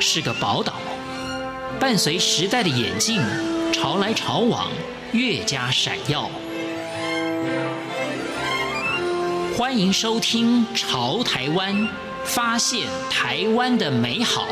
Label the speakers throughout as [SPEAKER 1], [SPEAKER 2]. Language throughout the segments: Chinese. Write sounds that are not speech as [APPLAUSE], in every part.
[SPEAKER 1] 是个宝岛，伴随时代的演进，潮来潮往，越加闪耀。欢迎收听《潮台湾》，发现台湾的美好。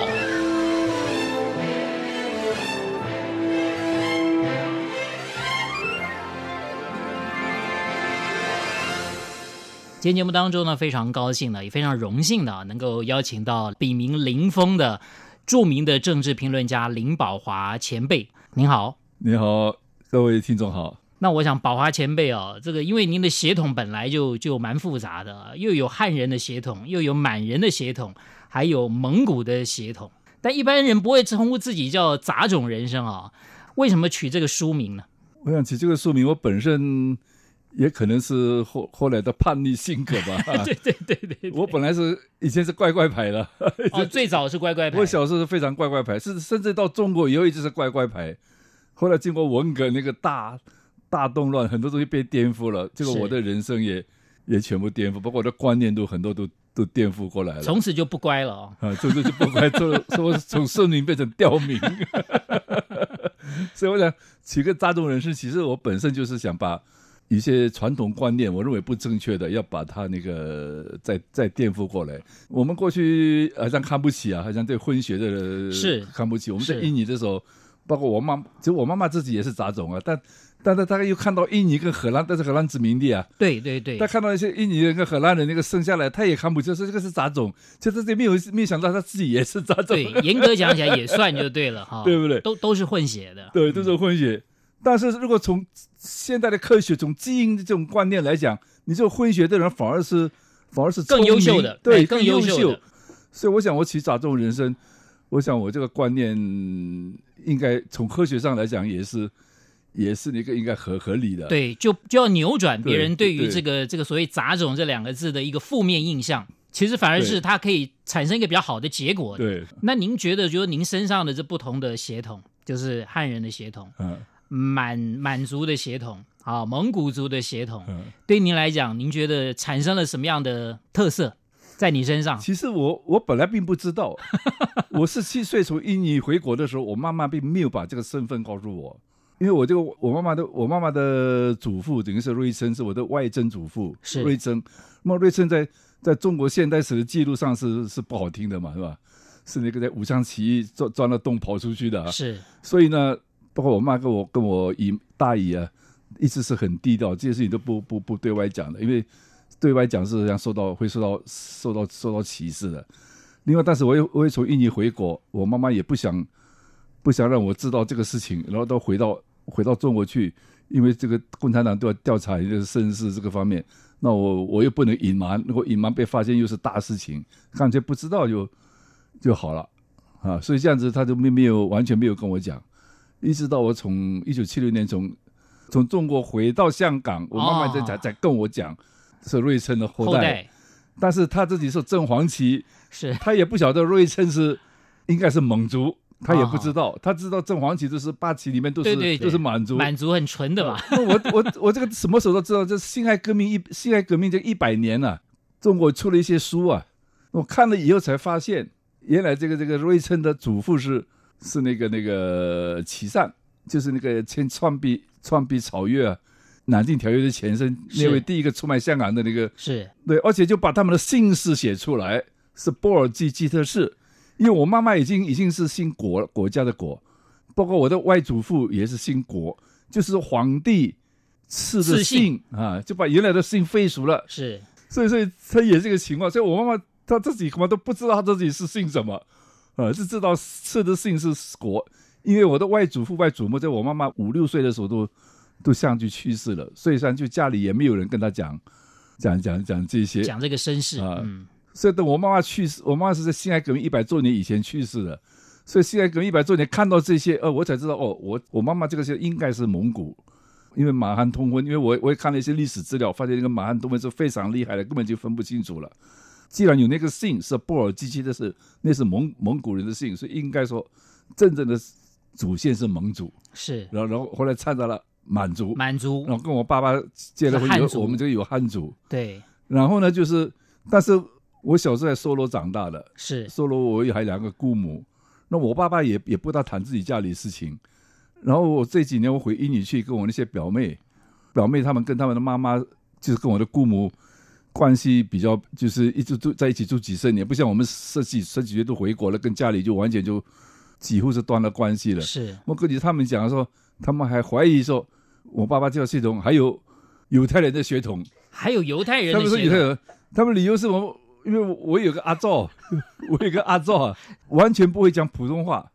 [SPEAKER 1] 今天节目当中呢，非常高兴呢，也非常荣幸呢，能够邀请到笔名林峰的著名的政治评论家林宝华前辈。您好，
[SPEAKER 2] 你好，各位听众好。
[SPEAKER 1] 那我想宝华前辈哦，这个因为您的血统本来就就蛮复杂的，又有汉人的血统，又有满人的血统，还有蒙古的血统。但一般人不会称呼自己叫杂种人生啊、 [LAUGHS] 为什么取这个书名呢？
[SPEAKER 2] 我想起这个书名，我本身也可能是后后来的叛逆性格吧。
[SPEAKER 1] [LAUGHS] 对对对对，
[SPEAKER 2] 我本来是以前是乖乖牌
[SPEAKER 1] [LAUGHS]
[SPEAKER 2] 的，
[SPEAKER 1] 哦，最早是乖乖
[SPEAKER 2] [LAUGHS]
[SPEAKER 1] 牌
[SPEAKER 2] 我，小时候是非常乖乖牌，是甚至到中国以后一直是乖乖牌。后来经过文革那个大大动乱，很多东西被颠覆了，这个
[SPEAKER 1] 是
[SPEAKER 2] 我的人生也也全部颠覆，包括我的观念都很多都都颠覆过来了。
[SPEAKER 1] 从此就不乖了哦。
[SPEAKER 2] 啊，这这就不乖，做 [LAUGHS] 说从顺民变成刁民， [LAUGHS] 所以我想起个大众人士，其实我本身就是想把一些传统观念，我认为不正确的，要把它那个再再颠覆过来。我们过去好像看不起啊，好像对混血的
[SPEAKER 1] 是
[SPEAKER 2] 看不起。我们在
[SPEAKER 1] 是
[SPEAKER 2] 印尼的时候，包括我妈，其实我妈妈自己也是杂种啊，但但是她又看到印尼跟荷兰，但是荷兰殖民地啊，
[SPEAKER 1] 对对对
[SPEAKER 2] 他，看到一些印尼人跟荷兰人那个生下来，他也看不清，说这个是杂种，其实这没有没有想到他自己也是杂种，
[SPEAKER 1] 对，哦严格讲起来也算就对了哈，
[SPEAKER 2] [LAUGHS] 对不对
[SPEAKER 1] 都都是混血的，
[SPEAKER 2] 对，都是混
[SPEAKER 1] 嗯
[SPEAKER 2] 血。但是如果从现代的科学、从基因这种观念来讲，你这种混血的人反而是反而是
[SPEAKER 1] 更
[SPEAKER 2] 聪
[SPEAKER 1] 优秀
[SPEAKER 2] 明
[SPEAKER 1] 的，哎
[SPEAKER 2] 对，
[SPEAKER 1] 更
[SPEAKER 2] 优
[SPEAKER 1] 秀的，
[SPEAKER 2] 所以我想，我起杂种人生，我想我这个观念应该从科学上来讲也是也是一个应该合合理的。
[SPEAKER 1] 对，就就要扭转别
[SPEAKER 2] 对
[SPEAKER 1] 人对于
[SPEAKER 2] 对
[SPEAKER 1] 这个这个所谓“杂种”这两个字的一个负面印象，其实反而是
[SPEAKER 2] 对
[SPEAKER 1] 它可以产生一个比较好的结果。
[SPEAKER 2] 对，
[SPEAKER 1] 那您觉得，就是您身上的这不同的血统，就是汉人的血统、
[SPEAKER 2] 嗯
[SPEAKER 1] 满满族的血统、啊蒙古族的血统，
[SPEAKER 2] 嗯。
[SPEAKER 1] 对您来讲，您觉得产生了什么样的特色在你身上？
[SPEAKER 2] 其实我我本来并不
[SPEAKER 1] [LAUGHS]
[SPEAKER 2] 知道，我十七岁从印尼回国的时候，我妈妈并没有把这个身份告诉我，因为我这个我妈妈的我妈妈的祖父等于是瑞珍，是我的外曾祖父
[SPEAKER 1] 是
[SPEAKER 2] 瑞珍。那么瑞珍在在中国现代史的记录上是是不好听的嘛，是吧？是那个在武昌起义钻钻了洞跑出去的、啊，
[SPEAKER 1] 是
[SPEAKER 2] 所以呢，包括我妈跟我跟我姨大姨啊，一直是很低调，这些事情都不不不对外讲的，因为对外讲是让受到会受到受到受到歧视的。另外，当时我也我也从印尼回国，我妈妈也不想不想让我知道这个事情，然后到回到回到中国去，因为这个共产党都要调查你的身世这个方面，那我我又不能隐瞒，如果隐瞒被发现又是大事情，干脆不知道就就好了啊。所以这样子他就没没有完全没有跟我讲，一直到我从一九七六年从从中国回到香港，我妈妈才才
[SPEAKER 1] 哦
[SPEAKER 2] 才跟我讲是瑞琛的后
[SPEAKER 1] 后代，
[SPEAKER 2] 但是他自己是正黄旗，
[SPEAKER 1] 是
[SPEAKER 2] [LAUGHS] 他也不晓得瑞琛是应该是蒙族，他也不知道，他知道正黄旗就是八旗里面都是
[SPEAKER 1] 啊对对对
[SPEAKER 2] 都是满族。呃
[SPEAKER 1] 满族很纯的吧？
[SPEAKER 2] [LAUGHS] 那我我我这个什么时候都知道，这辛亥革命一辛亥革命这一百年了、中国出了一些书啊，我看了以后才发现，原来这个这个瑞琛的祖父是是那个那个琦善，就是那个签创币创币草约啊。南京条约的前身，
[SPEAKER 1] 是
[SPEAKER 2] 那位第一个出卖香港的那个
[SPEAKER 1] 是
[SPEAKER 2] 对，而且就把他们的姓氏写出来，是波尔济基特氏。因为我妈妈已经已经是姓国了国家的国，包括我的外祖父也是姓国，就是皇帝赐
[SPEAKER 1] 赐
[SPEAKER 2] 的
[SPEAKER 1] 姓
[SPEAKER 2] 姓啊，就把原来的姓废除了。
[SPEAKER 1] 是，
[SPEAKER 2] 所以，所以他也是这个情况。所以我妈妈她自己恐怕都不知道她自己是姓什么，啊，是知道赐的姓是国。因为我的外祖父、外祖母在我妈妈五六岁的时候都都相继去世了，所以上就家里也没有人跟她讲讲讲讲这些。
[SPEAKER 1] 讲这个身世，
[SPEAKER 2] 啊
[SPEAKER 1] 嗯，
[SPEAKER 2] 所以等我妈妈去世，我妈妈是在辛亥革命一百周年以前去世的，所以辛亥革命一百周年看到这些，呃，我才知道哦，我我妈妈这个是应该是蒙古，因为马汉通婚，因为我我也看了一些历史资料，发现那个马汉通婚是非常厉害的，根本就分不清楚了。既然有那个姓是波尔基基的是，那是蒙蒙古人的姓，所以应该说真正的祖先是蒙族，
[SPEAKER 1] 是
[SPEAKER 2] 然后然后后来掺杂了满族，
[SPEAKER 1] 满族，
[SPEAKER 2] 然后跟我爸爸结了婚
[SPEAKER 1] 是
[SPEAKER 2] 以
[SPEAKER 1] 汉
[SPEAKER 2] 后，
[SPEAKER 1] 族
[SPEAKER 2] 我们就有汉族。
[SPEAKER 1] 对，
[SPEAKER 2] 然后呢，就是，但是我小时候在梭罗长大的，
[SPEAKER 1] 是
[SPEAKER 2] 梭罗我有还有两个姑母，那我爸爸也也不大谈自己家里的事情。然后我这几年我回印尼去，跟我那些表妹、表妹他们跟他们的妈妈，就是跟我的姑母关系比较，就是一直住在一起住几十年，不像我们十几十几岁都回国了，跟家里就完全就几乎是断了关系了。
[SPEAKER 1] 是
[SPEAKER 2] 我跟你他们讲说，他们还怀疑说我爸爸这个血统还有犹太人的血统，
[SPEAKER 1] 还有犹太人
[SPEAKER 2] 他
[SPEAKER 1] 的
[SPEAKER 2] 们说
[SPEAKER 1] 血
[SPEAKER 2] 犹太
[SPEAKER 1] 统，
[SPEAKER 2] 人，他们理由是我，因为我我有个阿赵， [LAUGHS] 我有个阿赵啊，完全不会讲普通话，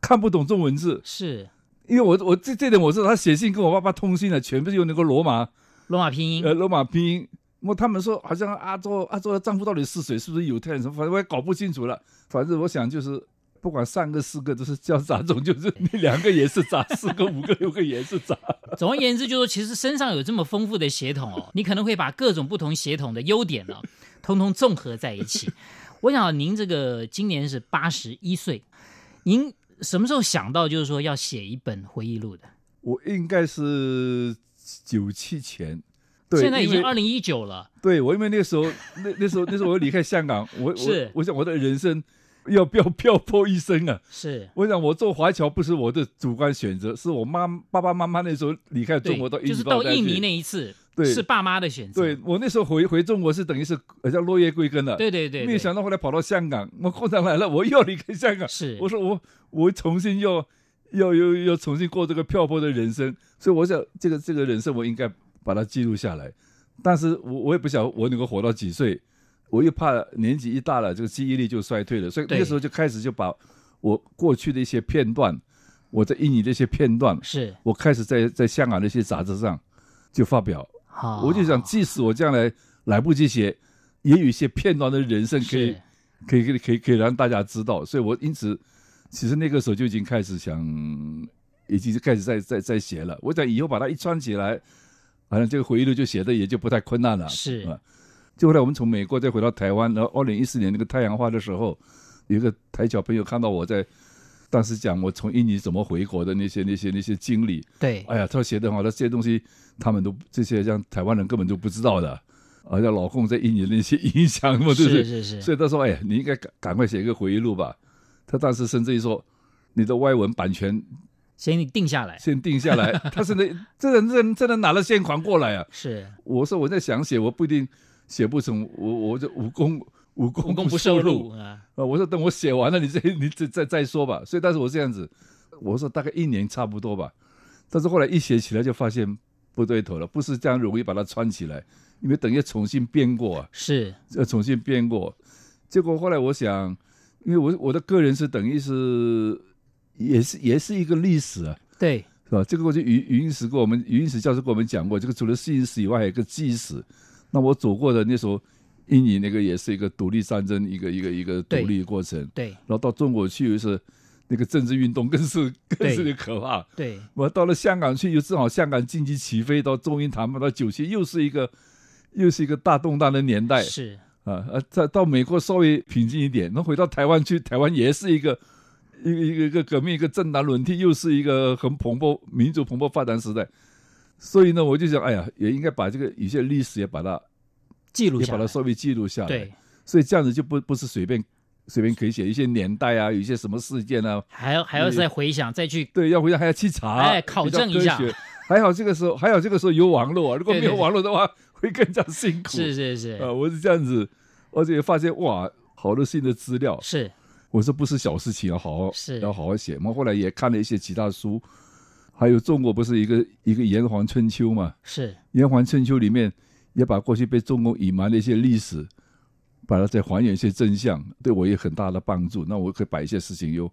[SPEAKER 2] 看不懂中文字，
[SPEAKER 1] 是
[SPEAKER 2] 因为我我这这点我知道，他写信跟我爸爸通信的，全部是用那个罗马
[SPEAKER 1] 罗马拼音
[SPEAKER 2] 呃罗马拼音。那他们说，好像阿赵阿赵的丈夫到底是谁？是不是犹太人？什么？反正我也搞不清楚了。反正我想就是，不管三个四个都是叫杂种，就是 [LAUGHS] 你两个也是杂，四个五个六个也是杂。
[SPEAKER 1] 总而言之，就是说其实身上有这么丰富的血统哦， [LAUGHS] 你可能会把各种不同血统的优点呢、哦
[SPEAKER 2] [LAUGHS]
[SPEAKER 1] 通通综合在一起。我想您这个今年是八十一岁，您什么时候想到就是说要写一本回忆录的？
[SPEAKER 2] 我应该是九七前，对，
[SPEAKER 1] 现在已
[SPEAKER 2] 因
[SPEAKER 1] 经
[SPEAKER 2] 为
[SPEAKER 1] 二零一九了，
[SPEAKER 2] 对我因为那个时候，那那时候那时候我离开香港，我
[SPEAKER 1] 是
[SPEAKER 2] 我我想我的人生要不要漂泊一生啊？
[SPEAKER 1] 是
[SPEAKER 2] 我想我做华侨不是我的主观选择，是我妈爸爸妈妈那时候离开
[SPEAKER 1] 对
[SPEAKER 2] 中国到，印尼
[SPEAKER 1] 就是
[SPEAKER 2] 把
[SPEAKER 1] 到
[SPEAKER 2] 我带
[SPEAKER 1] 印
[SPEAKER 2] 去
[SPEAKER 1] 尼那一次，
[SPEAKER 2] 对
[SPEAKER 1] 是爸妈的选择，
[SPEAKER 2] 对我那时候回回中国是等于是好像落叶归根了。
[SPEAKER 1] 对对对
[SPEAKER 2] 没
[SPEAKER 1] 对
[SPEAKER 2] 有想到后来跑到香港，我共产来了，我又要离开香港。
[SPEAKER 1] 是
[SPEAKER 2] 我说我我重新要要要要重新过这个漂泊的人生，所以我想这个这个人生我应该把它记录下来。但是我我也不晓得我能够活到几岁，我又怕年纪一大了，这个记忆力就衰退了，所以
[SPEAKER 1] 对
[SPEAKER 2] 那时候就开始就把我过去的一些片段，我在印尼的一些片段，
[SPEAKER 1] 是
[SPEAKER 2] 我开始在在香港的一些杂志上就发表。
[SPEAKER 1] 好，
[SPEAKER 2] 我就想，即使我将来来不及写，也有一些片段的人生可以
[SPEAKER 1] 是
[SPEAKER 2] 可以可以可以可以让大家知道，所以我因此其实那个时候就已经开始想，已经开始在在在写了。我想以后把它一串起来，好像这个回忆录就写的也就不太困难了。
[SPEAKER 1] 是
[SPEAKER 2] 啊就后来我们从美国再回到台湾，然后二零一四年那个太阳花的时候，有一个台侨朋友看到我在。当时讲我从印尼怎么回国的那些那些那些经历，
[SPEAKER 1] 对
[SPEAKER 2] [LAUGHS] 哎呀，他写的好，他这些东西他们都这些像台湾人根本都不知道的，啊，像老共在印尼的那些 [LAUGHS] 影响嘛，对不对？
[SPEAKER 1] 是是是，
[SPEAKER 2] 所以他说，哎呀，你应该赶赶快写一个回忆录吧。他当时甚至于说，你的外文版权
[SPEAKER 1] 先你定下来
[SPEAKER 2] 先定下来。他 [LAUGHS] 甚至真的真的真的拿了现款过来啊！
[SPEAKER 1] 是
[SPEAKER 2] 我说我在想写，我不一定写不成，我我这武功武功
[SPEAKER 1] 无功不受
[SPEAKER 2] 受
[SPEAKER 1] 禄啊，
[SPEAKER 2] 啊！我说等我写完了，你再 [LAUGHS] 你再再再说吧。所以当时我这样子，我说大概一年差不多吧。但是后来一写起来就发现不对头了，不是这样容易把它穿起来，因为等于重新编过啊，
[SPEAKER 1] 是
[SPEAKER 2] 要重新编过。结果后来我想，因为我我的个人是等于是也是也是一个历史啊，
[SPEAKER 1] 对
[SPEAKER 2] 是吧？这个我就语语音史跟我们语音史教授跟我们讲过，这个除了适应史以外，还有一个记史。那我走过的那时候，印尼那个也是一个独立战争，一个一个一个独
[SPEAKER 1] 对
[SPEAKER 2] 立过程。
[SPEAKER 1] 对
[SPEAKER 2] 然后到中国去又是那个政治运动更是 [LAUGHS] 更
[SPEAKER 1] 对
[SPEAKER 2] 是可怕。
[SPEAKER 1] 对
[SPEAKER 2] 我到了香港去，又正好香港经济起飞，到中英谈判到九七，又是一个又是一个大动荡的年代
[SPEAKER 1] 是
[SPEAKER 2] 啊啊！再到美国稍微平静一点，那回到台湾去，台湾也是一个一个一个一个革命，一个政党轮替，又是一个很蓬勃民主蓬勃发展时代。所以呢，我就想，哎呀，也应该把这个有些历史也把它
[SPEAKER 1] 记录
[SPEAKER 2] 也
[SPEAKER 1] 下
[SPEAKER 2] 把
[SPEAKER 1] 来
[SPEAKER 2] 它，稍微记录下来。
[SPEAKER 1] 对，
[SPEAKER 2] 所以这样子就不不是随便随便可以写一些年代啊，有一些什么事件啊，
[SPEAKER 1] 还要还要再回想再去
[SPEAKER 2] 对，要回家还要去查，
[SPEAKER 1] 哎考证一下
[SPEAKER 2] 比较科学。还好这个时候，还好这个时候有网络啊，如果
[SPEAKER 1] 对
[SPEAKER 2] 没
[SPEAKER 1] 对
[SPEAKER 2] 有网络的
[SPEAKER 1] [LAUGHS]
[SPEAKER 2] 话，会更加辛苦。
[SPEAKER 1] 是是是
[SPEAKER 2] 呃，我是这样子，而且发现哇，好多新的资料，
[SPEAKER 1] 是
[SPEAKER 2] 我说不是小事情，要好好
[SPEAKER 1] 是
[SPEAKER 2] 要好好写。我们后来也看了一些其他书，还有中国不是一个一个炎黄春秋嘛，
[SPEAKER 1] 是
[SPEAKER 2] 炎黄春秋里面也把过去被中共隐瞒的一些历史，把它再还原一些真相，对我也很大的帮助。那我可以把一些事情又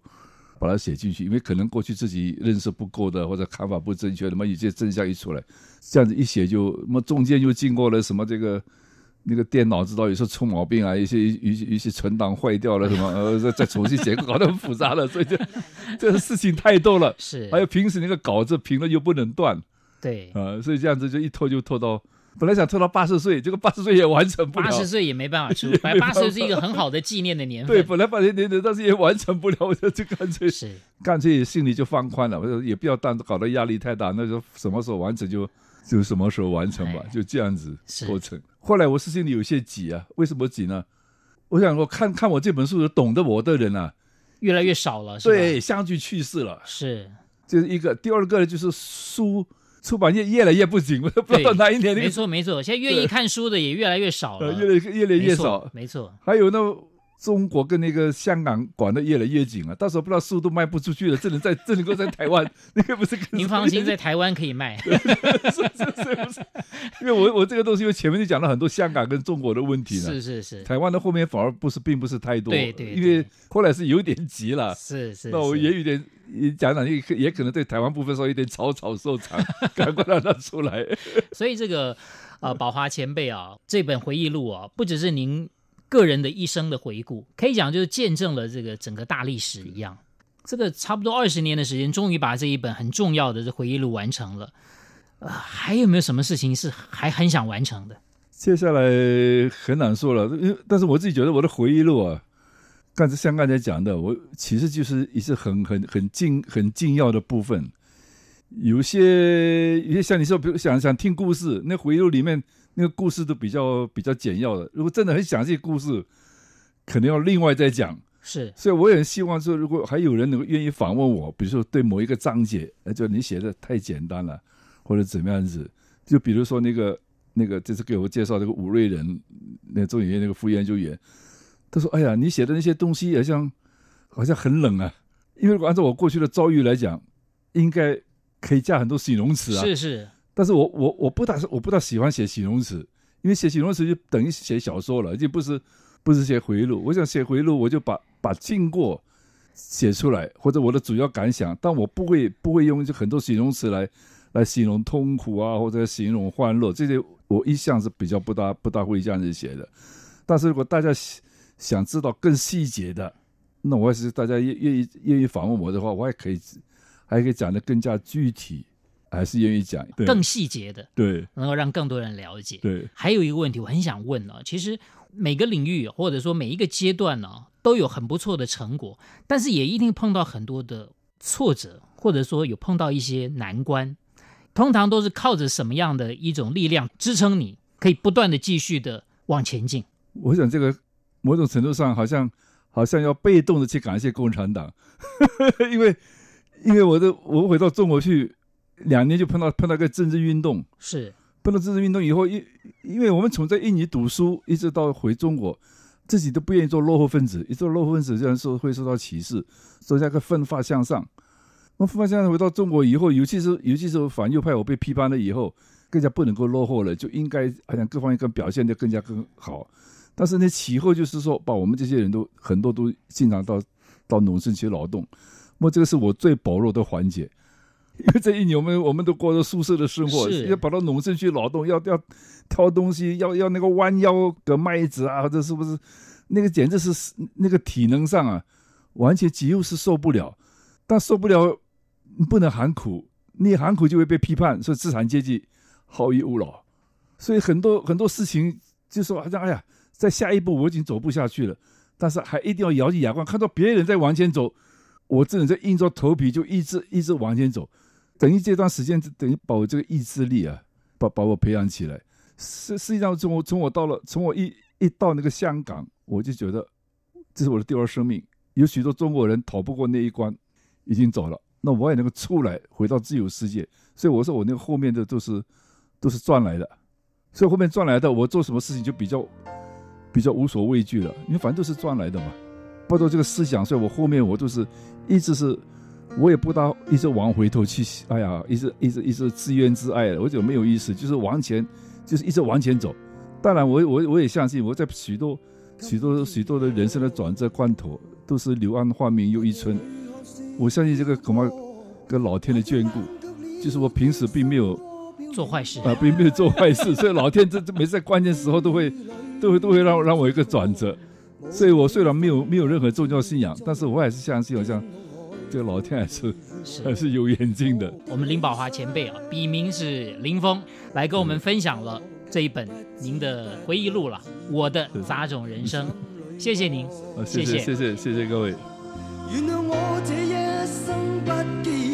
[SPEAKER 2] 把它写进去，因为可能过去自己认识不够的或者看法不正确的，那么有些真相一出来，这样子一写就，那么中间又经过了什么这个。那个电脑知道有时候出毛病啊，有些有些有些存档坏掉了什么，呃，再再重新写，搞得很复杂了，所以这这事情太多了。
[SPEAKER 1] 是，
[SPEAKER 2] 还有平时那个稿子评论又不能断，
[SPEAKER 1] 对。
[SPEAKER 2] 啊，所以这样子就一拖就拖到，本来想拖到八十岁，结果八十岁也完成不了
[SPEAKER 1] 八。十岁也没办法
[SPEAKER 2] [LAUGHS]
[SPEAKER 1] 出，
[SPEAKER 2] 没
[SPEAKER 1] 八
[SPEAKER 2] 办法
[SPEAKER 1] 十是一个很好的纪念的年
[SPEAKER 2] 对，
[SPEAKER 1] 份，
[SPEAKER 2] 本来八十年的，但是也完成不了，我就就干脆
[SPEAKER 1] 是
[SPEAKER 2] 干脆心里就放宽了，我说也不要当搞得压力太大，那就什么时候完成就就什么时候完成吧
[SPEAKER 1] 哎，
[SPEAKER 2] 就这样子
[SPEAKER 1] 是
[SPEAKER 2] 过程。后来我是心里有些急啊，为什么急呢？我想我看看我这本书的懂得我的人啊，
[SPEAKER 1] 越来越少了，是吧？
[SPEAKER 2] 对，，相继去世了，
[SPEAKER 1] 是，
[SPEAKER 2] 这是一个。第二个呢，就是书出版业越来越不景，不知
[SPEAKER 1] 对
[SPEAKER 2] 道哪一年那
[SPEAKER 1] 没
[SPEAKER 2] 个
[SPEAKER 1] 错没错。现在愿意
[SPEAKER 2] 对
[SPEAKER 1] 看书的也越来越少
[SPEAKER 2] 呃
[SPEAKER 1] 了，
[SPEAKER 2] 越来越越来越
[SPEAKER 1] 没错
[SPEAKER 2] 少。
[SPEAKER 1] 没错，
[SPEAKER 2] 还有呢，中国跟那个香港管的越来越紧了，啊到时候不知道书都卖不出去了，只能在 [LAUGHS] 只能够在台湾，那个不是更
[SPEAKER 1] 您放心，在台湾可以卖。
[SPEAKER 2] 是是是不是？ [LAUGHS] 因为我我这个东西，我前面就讲了很多香港跟中国的问题了。
[SPEAKER 1] [LAUGHS] 是是是
[SPEAKER 2] 台湾的后面反而不是，并不是太多，
[SPEAKER 1] 对对
[SPEAKER 2] 因为后来是有点急了。
[SPEAKER 1] 是是，
[SPEAKER 2] [LAUGHS] 那我
[SPEAKER 1] 是
[SPEAKER 2] 也有点也讲讲，也可也可能对台湾部分稍微有点草草收场， [LAUGHS] 赶快让它出来。
[SPEAKER 1] 所以这个呃，宝华前辈啊，这本回忆录啊，不只是您个人的一生的回顾，可以讲就是见证了这个整个大历史一样。这个差不多二十年的时间，终于把这一本很重要的这回忆录完成了。呃，还有没有什么事情是还很想完成的？
[SPEAKER 2] 接下来很难说了，因为但是我自己觉得我的回忆录啊，刚才像刚才讲的，我其实就是也是很很很精很精要的部分。有些有些像你说，比如想想听故事，那回忆录里面那个故事都比较比较简要的。如果真的很详细的故事，可能要另外再讲。
[SPEAKER 1] 是
[SPEAKER 2] 所以我也很希望说，如果还有人能够愿意访问我，比如说对某一个章节，呃，就你写的太简单了，或者怎么样子，就比如说那个那个这次给我介绍这个武瑞人，那中影院那个副研究员，他说：“哎呀，你写的那些东西好像好像很冷啊，因为如果按照我过去的遭遇来讲，应该可以加很多形容词啊，
[SPEAKER 1] 是是，
[SPEAKER 2] 但是我我我不大我不大喜欢写形容词，因为写形容词就等于写小说了，就不是不是写回忆录。我想写回忆录，我就把把经过写出来，或者我的主要感想，但我不会不会用很多形容词来来形容痛苦啊，或者形容欢乐这些，我一向是比较不大不大会这样子写的。但是如果大家喜想知道更细节的，那我要是大家愿愿意愿意访问我的话，我还可以还可以讲的更加具体，还是愿意讲对
[SPEAKER 1] 更细节的，
[SPEAKER 2] 对
[SPEAKER 1] 能够让更多人了解。
[SPEAKER 2] 对
[SPEAKER 1] 还有一个问题，我很想问哦，其实每个领域或者说每一个阶段呢、都有很不错的成果，但是也一定碰到很多的挫折，或者说有碰到一些难关。通常都是靠着什么样的一种力量支撑你，可以不断的继续的往前进？
[SPEAKER 2] 我想这个某种程度上好像好像要被动的去感谢共产党， [LAUGHS] 因为因为我的我回到中国去两年就碰到碰到个政治运动，
[SPEAKER 1] 是
[SPEAKER 2] 碰到政治运动以后，因因为我们从在印尼读书一直到回中国，自己都不愿意做落后分子，一做落后分子这样受会受到歧视，所以才个奋发向上。那奋发向上回到中国以后，尤其是尤其是反右派，我被批判了以后，更加不能够落后了，就应该好像各方面更表现得更加更好。但是呢，其后就是说，把我们这些人都很多都经常到到农村去劳动，那这个是我最薄弱的环节， [LAUGHS] 因为在印尼我们我们都过着舒适的生活，
[SPEAKER 1] 是
[SPEAKER 2] 要跑到农村去劳动，要要挑东西，要要那个弯腰割麦子啊，这是不是？那个简直是那个体能上啊，完全几乎是受不了，但受不了不能喊苦，你喊苦就会被批判，说资产阶级好逸恶劳，所以很多很多事情就说好像哎呀，在下一步我已经走不下去了，但是还一定要咬紧牙关，看到别人在往前走，我只能在硬着头皮就一直一直往前走，等于这段时间等于把我这个意志力啊，把把我培养起来。实实际上从我从我到了从我一一到那个香港，我就觉得这是我的第二生命，有许多中国人逃不过那一关，已经走了。那我也能够出来，回到自由世界。所以我说，我那个后面的都是都是赚来的，所以后面赚来的，我做什么事情就比较比较无所畏惧了，因为反正都是赚来的嘛。抱着这个思想，所以我后面我都是一直是，我也不大一直往回头去，哎呀，一直一直一直自怨自艾的，我觉得没有意思，就是往前，就是一直往前走。当然我，我我也相信，我在许多许多许多的人生的转折关头，都是柳暗花明又一村。我相信这个恐怕跟老天的眷顾，就是我平时并没有
[SPEAKER 1] 做坏事
[SPEAKER 2] 啊、，并没有做坏事，所以老天这这每次在关键时候都会都会都会让让我一个转折。所以我虽然没有没有任何宗教信仰，但是我还是相信，好像这个老天还是还
[SPEAKER 1] 是
[SPEAKER 2] 是有眼睛的。
[SPEAKER 1] 我们林宝华前辈啊，笔名是林峰，来跟我们分享了这一本您的回忆录了，《我的杂种人生》，谢谢您。
[SPEAKER 2] 啊，谢
[SPEAKER 1] 谢
[SPEAKER 2] 谢谢谢谢谢各位。
[SPEAKER 3] 原谅我这一生不羁